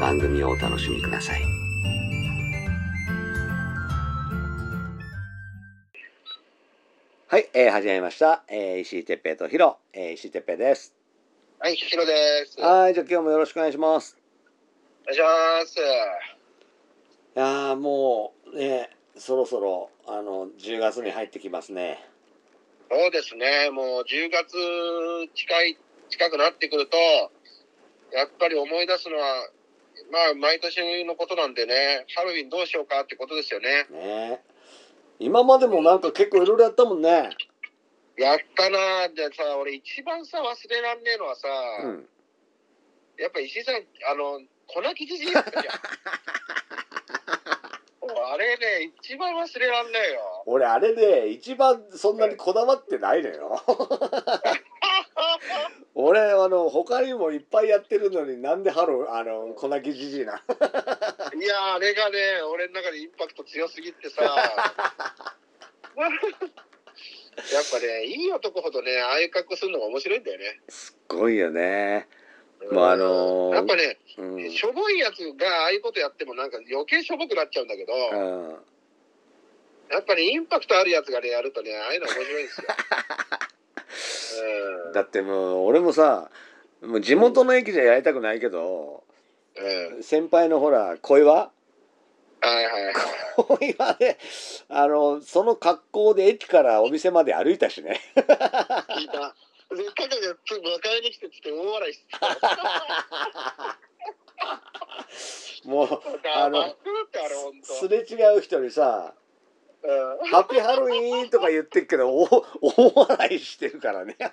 番組をお楽しみください。はい、えー、始めました。えー、石井哲平とヒロ、えー、石井哲平です。はい、ヒロです。お願はい、じゃあ今日もよろしくお願いします。いします。いやーもうね、そろそろあの10月に入ってきますね。そうですね、もう10月近い、近くなってくると、やっぱり思い出すのは、まあ、毎年のことなんでね、ハロウィンどうしようかってことですよね。ね今までもなんか結構いろいろやったもんね。やったなーでさ、俺一番さ、忘れらんねえのはさ、うん。やっぱ石井さん、あの、粉木じ じいやったじゃん。もうあれね、一番忘れらんねえよ。俺あれで一番そんなにこだわってないの よ。俺あの他にもいっぱいやってるのになんでハローあの粉木じじいな。いやーあれがね俺の中でインパクト強す ぎってさやっぱねいい男ほどねああいう格好するのが面白いんだよね、すっごいよね。うんまああのーやっぱね、うん。うん。しょぼいやつがああいうことやってもなんか余計しょぼくなっちゃうんだけど、やっぱりインパクトあるやつがねやるとねああいうの面白いんですよ、うん だってもう俺もさ、もう地元の駅じゃやりたくないけど、うん、先輩のほら恋 ははいはいはい恋はね、あのその格好で駅からお店まで歩いたしね。聞いたせっかくで迎えに来てっつって大笑いしてたもう ああののっ。てあれ本当すれ違う人にさ「ハッピーハロウィーン」とか言ってるけど大大笑いしてるからね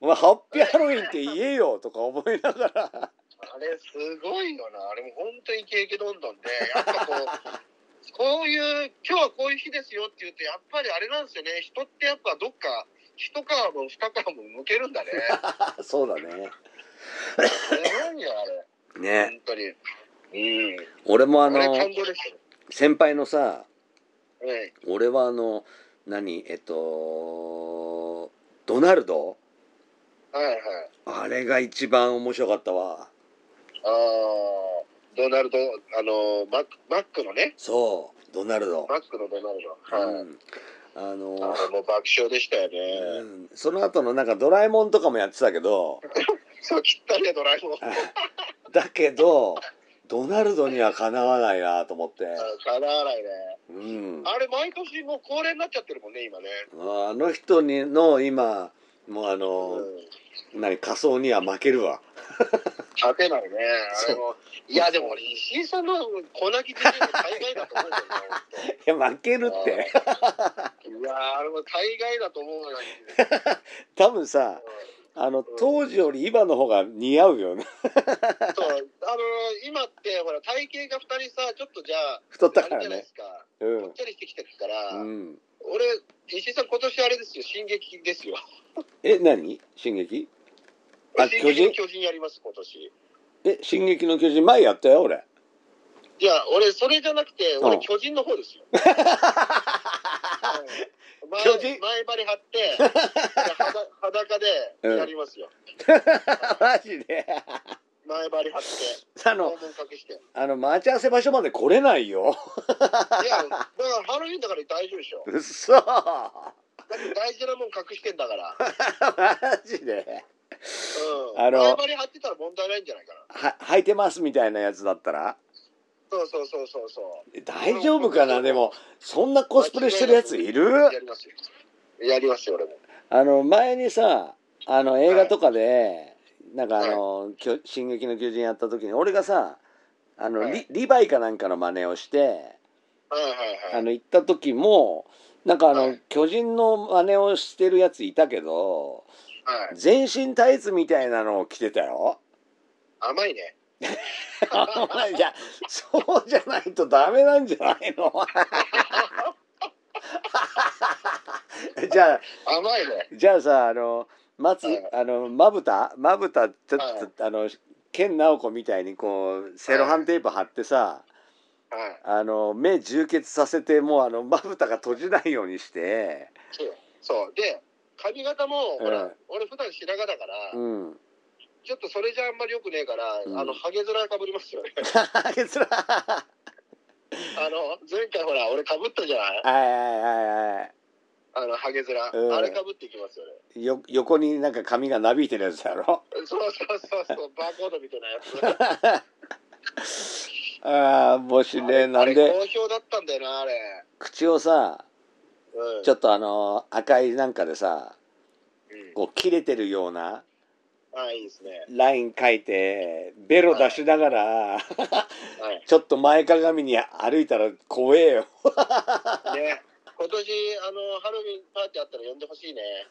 お前ハッピーハロウィーンって言えよとか思いながらあれすごいよな。あれも本当にイケイケどんどんで、やっぱこう、こう いう、今日はこういう日ですよって言うと、やっぱりあれなんですよね。人ってやっぱどっか、一皮も二皮も向けるんだね。 そうだねすごいよ、あ れ。ね本当に。うん。俺もああれの感動でしたね。先輩のさはい。俺はあの何えっとドナルドはいはい。あれが一番面白かったわあードナルド、あの、マック、マックのね。そうドナルド、マックのドナルド。はうい。ん、あのあれもう爆笑でしたうよね。んその後のなんかドラえもんとかもやってたけどそう、切ったね、ドラえもん。だけどドナルドにはかなわないなと思って、皿洗いね。うん、あれ、毎年もう恒例になっちゃってるもんね、今ね。あの人にの今もうあの、うん何仮装には負けるわ勝てないね。あそうれも。いや、でも俺、石井さんの小泣き事件も大概だと思うんだよねいや負け るって。本当いや、あれも大概だと思うよ。 多分さあの当時より今の方が似合うよねそう、あの、今って、ほら、体型が二人さ、ちょっとじゃあ、太ったかあれらじゃないねですか。うぽっちゃりしてきてるから、ん、うん、俺、石井さん、今年あれですよ、進撃ですよ。え何進撃あ進巨撃人の巨人やります、今年。え進撃の巨人前やったよ俺 いや、俺、それじゃなくて、う俺、ん巨人の方で すよ。前巨人前張り張 って、裸裸でやりますよ。マジで前張り張って、あ肛の門かけして。いあの待ち合わせ場所まで来れないよ や、だからハロウィンだから大丈夫でしょ。うっ そーだって大事なもん隠してんだから。マジでうん。あの前張り張ってたら問題ないんじゃないかな。は履いてますみたいなやつだったらそうそうそうそうそう。え大丈夫かなでもそんなコスプレしてるやついるやりますよ。やりますよ、俺も。あの前にさあの映画とかで、なんかあの「きょ進撃の巨人」やった時に俺がさあの、はいリリヴァイかなんかの真似をしてはいはいあはい。の行った時もなんかあの、はい巨人の真似をしてるやついたけどはい。全身タイツみたいなのを着てた よ。甘いね。お前じゃそうじゃないとダメなんじゃない の じゃあ甘いね。じゃあさあの松、はいあのまぶたまぶたちょっと、はあの健直子みたいにこうセロハンテープ貼ってさ、はい。あの目充血させてもうあのまぶたが閉じないようにしてそうよそう。で、髪型も、ほうらん、俺普段白髪だから、うんちょっとそれじゃあんまり良くねえから、うんあの、ハゲヅラかぶりますよね。 あげつらはあの、前回ほら、俺かぶったじゃないいはいはいはあの、ハゲヅラ。うんあれかぶっていきますよね。いよ横になんか髪がなびいてるやつだろそうそうそう そう、バーコードみたいなやつ。ああもしねなあんれで好評だったんだよな、あれ。口をさうん。ちょっとあの赤いなんかでさうんこう切れてるようなあ、いいですね。ライン書いてベロ出しながらはい。ちょっと前かがみに歩いたら怖えよね、今年あのハロウィンパーティーあったら呼んでほしいね。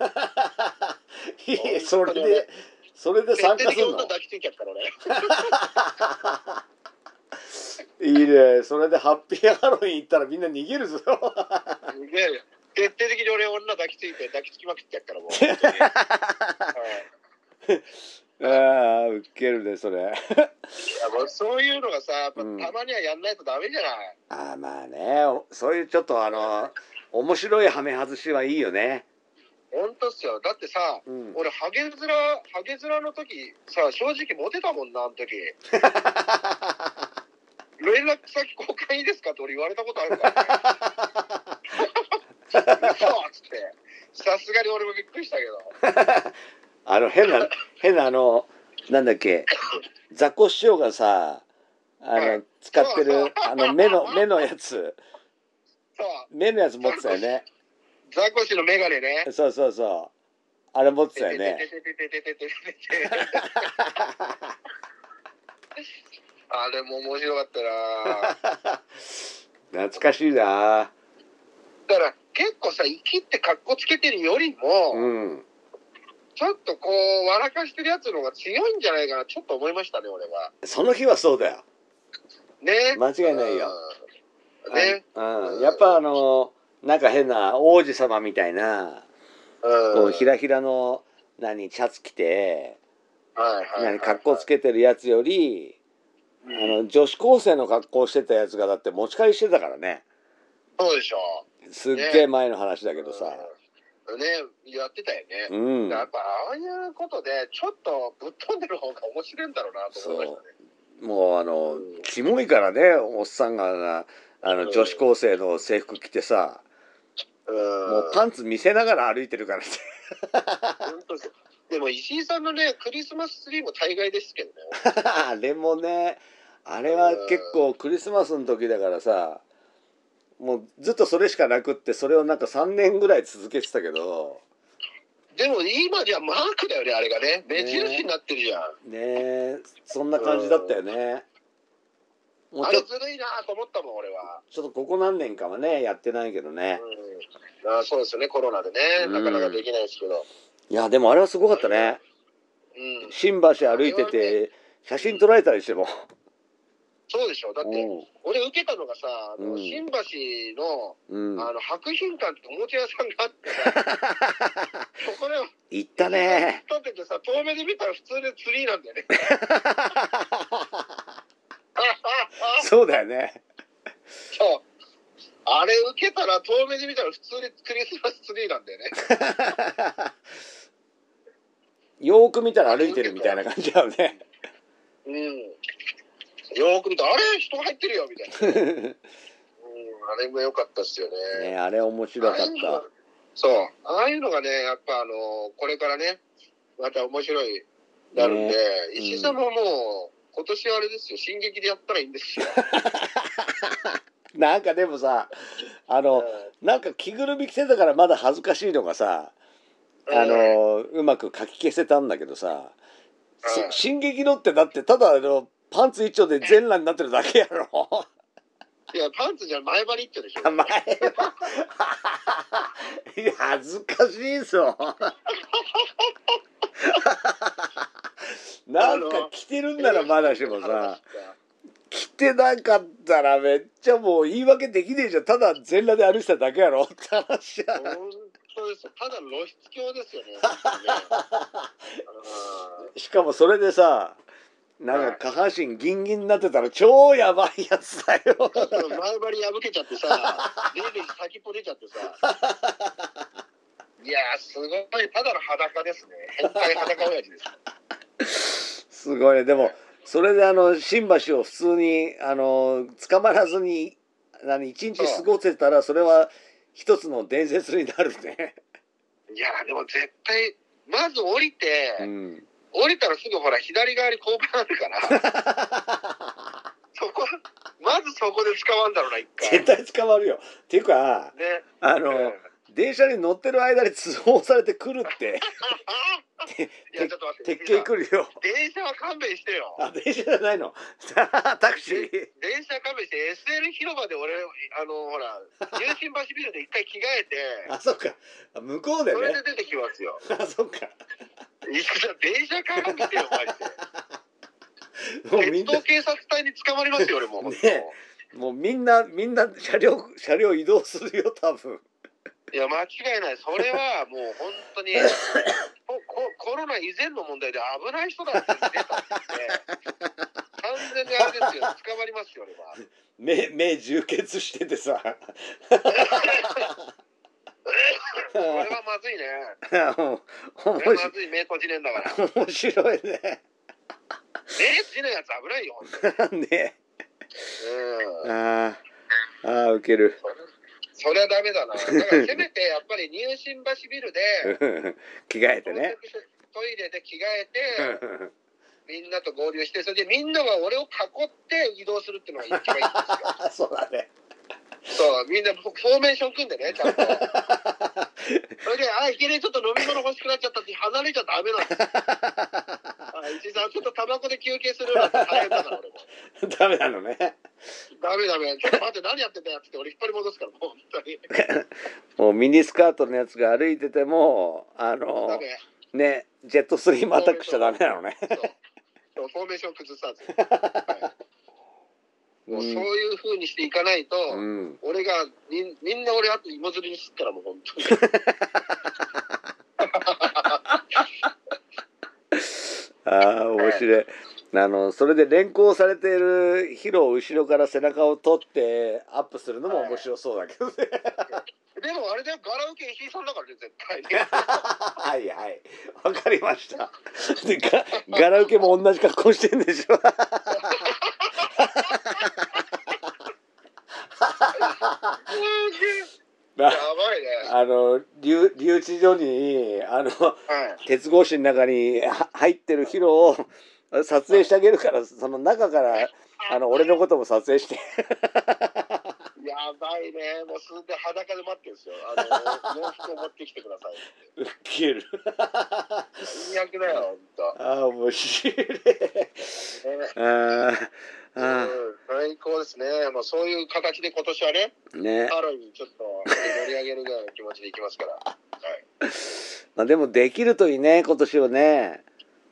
いえそれで それで参加するの女抱きついちゃったのね。いいねそれでハッピーハロウィン行ったらみんな逃げる ぞね、徹底的に俺女抱きついて抱きつきまくっち ゃったからもう。本当にはいああウケるねそれいやもうそういうのがさ、やっぱうんたまにはやんないとダメじゃない。 ああまあねおそういうちょっとあの面白いハメ外しはいいよね本当っすよ。だってさ、うん俺ハゲヅラハゲヅラの時さ、正直モテたもんなあの 時。連絡先交換いいですかって俺言われたことあ るから、ね。嘘っつって。さすがに俺もびっくりしたけど。あの変な変なあのなんだっけザコシショウがさあはのい使ってるあの目の目のやつそう。目のやつ持ってたよねザコシのメガネね。そうそうそうあれ持ってたよてねててててててててて あれも面白かったな。 懐かしいなだから結構さ、生きって格好つけてるよりも、うんちょっとこう、笑かしてるやつの方が強いんじゃないかな、ちょっと思いましたね、俺は。その日はそうだよね。間違いないようん。ね。うん、やっぱあのなんか変な王子様みたいなこううひらひらの何シャツ着てはいはいはい何格好つけてるやつよりうあんの女子高生の格好してたやつがだって持ち帰りしてたからねそうでしょ。すっげえ前の話だけどさ、うん。ね、やってたよね。うん、やっぱああいうことで、ちょっとぶっ飛んでる方が面白いんだろうなと思いましたね。もうあのキモいからねおっさんがなあの女子高生の制服着てさうんもうパンツ見せながら歩いてるからね本当ですよでも石井さんのね、クリスマスツリーも大概ですけどね。 あれもねあれは結構クリスマスの時だからさもうずっとそれしかなくってそれをなんか3年ぐらい続けてたけどでも今じゃマークだよね、あれがね。目印になってるじゃん。ねえそんな感じだったよねもうあちょれっとずるいなと思ったもん、俺は。ちょっとここ何年かはねやってないけどねうん、あそうですよね、コロナでね、なかなかできないですけど。いやでもあれはすごかったねうん、新橋歩いてて写真撮られたりしてもそうでしょ。だって、俺受けたのがさ、あのうん新橋の、うん、うんあの、博品館っておもちゃ屋さんがあってさ、 そこで、行った ね立っててさ、遠目で見たら普通でツリーなんだよね。そうだよねそう。あれ受けたら遠目で見たら普通にクリスマスツリーなんだよね。よーく見たら歩いてるみたいな感じだよ ねうん。よーく見たら、あれ人入ってるよみたい な。うん、あれも良かったっすよねあれ面白かっああいうのそうああいうのがねやっぱあのこれからねまた面白いなるんで、ん石井さんももう、今年はあれですよ、進撃でやったらいいんですよ。なんかでもさあのなんか着ぐるみ着てたからまだ恥ずかしいのがさあうんのうまくかき消せたんだけどさ「うんし進撃の」ってだってただあのパンツ一丁で全裸になってるだけやろいや、パンツじゃ前張りって言うでしょ。前はいや恥ずかしい ぞなんか着てるんならまだしもさ着てなかったらめっちゃもう言い訳できねえじゃんただ全裸で歩いてただけやろって話や本当ですよ。ただ露出狂ですよね。本当にね しかもそれでさなんか下半身ギンギンになってたら超やばいやつだよあー前張り破けちゃってさ、出る先っぽ出ちゃってさ。いやー、すごい、ただの裸ですね。変態裸親父です。すごいねでもそれであの新橋を普通にあの捕まらずに何一日過ごせたらそれは一つの伝説になるね。いやー、でも絶対、まず降りて、うん、降りたらすぐほら、左側に交番あるから、そこ、まずそこで捕まんだろうな、一回。絶対捕まるよ。っていうかね。あうんの電車に乗ってる間に通報されてくるっていや、ちょっと待って。鉄拳来るよ。電車は勘弁してよ。あ電車じゃないの タクシー。電車勘弁して SL 広場で俺あのほ ら入信橋ビルで一回着替えてあそっかあ向こうでそれねで。出てきますよ。あそっかいや電車勘弁してよマジで。 もうみ鉄んな道警察隊に捕まりますよ俺もう。ねもうみんなみんな車両車両移動するよ多分。いや間違いないそれはもう本当 にここコロナ以前の問題で危ない人だって出たって完全にあれですよ捕まりますよ 俺は。目目充血しててさこれはまずいね。面こ白いれはまずい目閉じねえんだか ら。面白いね目閉じないやつ危ないよ。本当にねうんあ。ーあーウケるそりゃダメだな。だからせめてやっぱり入信橋ビルで、着替えてねトイレで着替えて、みんなと合流して、それでみんなは俺を囲って移動するっていうのが一番いいんであそうだねすよ。そう、みんなフォーメーション組んでね、ちゃんと。それで、あ、いきなりちょっと飲み物欲しくなっちゃったって離れちゃダメなんですよ。あ石井さん、ちょっとタバコで休憩するなんて大変だから俺も。ダメなのねダメダメ、ちょっと待って、何やってんだよって言って俺引っ張り戻すから、もう本当に。もうミニスカートのやつが歩いててもあダのメ。ねジェットストリームアタックしちゃダメなのねそうそうフォーメーション崩さず、はいもうそういうふうにしていかないと、うん俺がみみんな俺あと芋づりにすっからもう本 当にああ面白い。あのそれで連行されているヒロを後ろから背中を取ってアップするのも面白そうだけど ね。でもあれだよガラウケ石井さんだからね絶対 にはいはいわかりました。 でがガラウケも同じ格好してんでしょ。 あやばいねあの留留置所にあのはい鉄格子の中には入ってるヒロを撮影してあげるからその中からあの俺のことも撮影して。やばいねもうすんで裸で待ってるんですよ あの洋服を持ってきてくださいウケる。 最悪だよ本ああ面白い。当。ねあーあうんー最高ですねもうそういう形で今年はねね。ハロウィンちょっと盛り上げるぐらいの気持ちでいきますから、はいまあでもできるといいね今年はね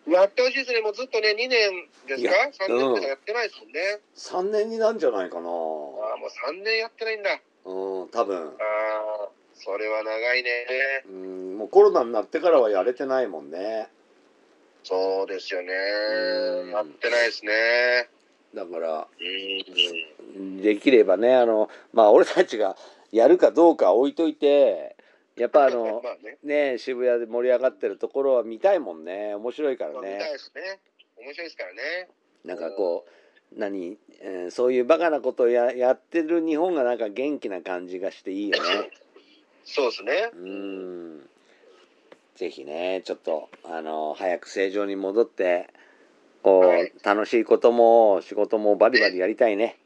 やってほしいですね。もうずっとね、2年ですかいや ?3 年とかやってないですもんね。 3年になんじゃないかなああ、もう3年やってないんだ。あうん多分あ、それは長いね。うんもうコロナになってからはやれてないもんねそうですよねうん。やってないですね。だからうん。できればねあのまあ俺たちがやるかどうかは置いといてやっぱあの まあね。ね渋谷で盛り上がってるところは見たいもんね面白いかまらあ、見たいねですね。面白いですからね。なんかこう何、えーそういうバカなことをややってる日本がなんか元気な感じがしていいよねそうですね。うんぜひねちょっとあの早く正常に戻ってこう、はい楽しいことも仕事もバリバリやりたいね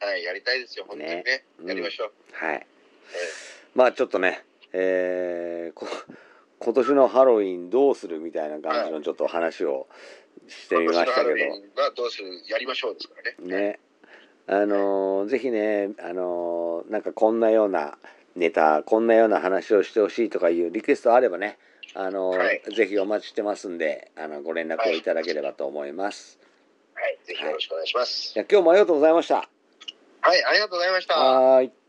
はい、やりたいですよ、本当にね。ねうんやりましょう。はいまあちょっとねえーこ今年のハロウィンどうするみたいな感じのちょっと話をしてみましたけどまあ、どうする、やりましょうですからね。ねあのーぜひねあのーなんかこんなようなネタこんなような話をしてほしいとかいうリクエストあればねあのーはいぜひお待ちしてますんであのご連絡をいただければと思います、はい、ぜひよろしくお願いします。いや今日もありがとうございましたはい、ありがとうございました。はーい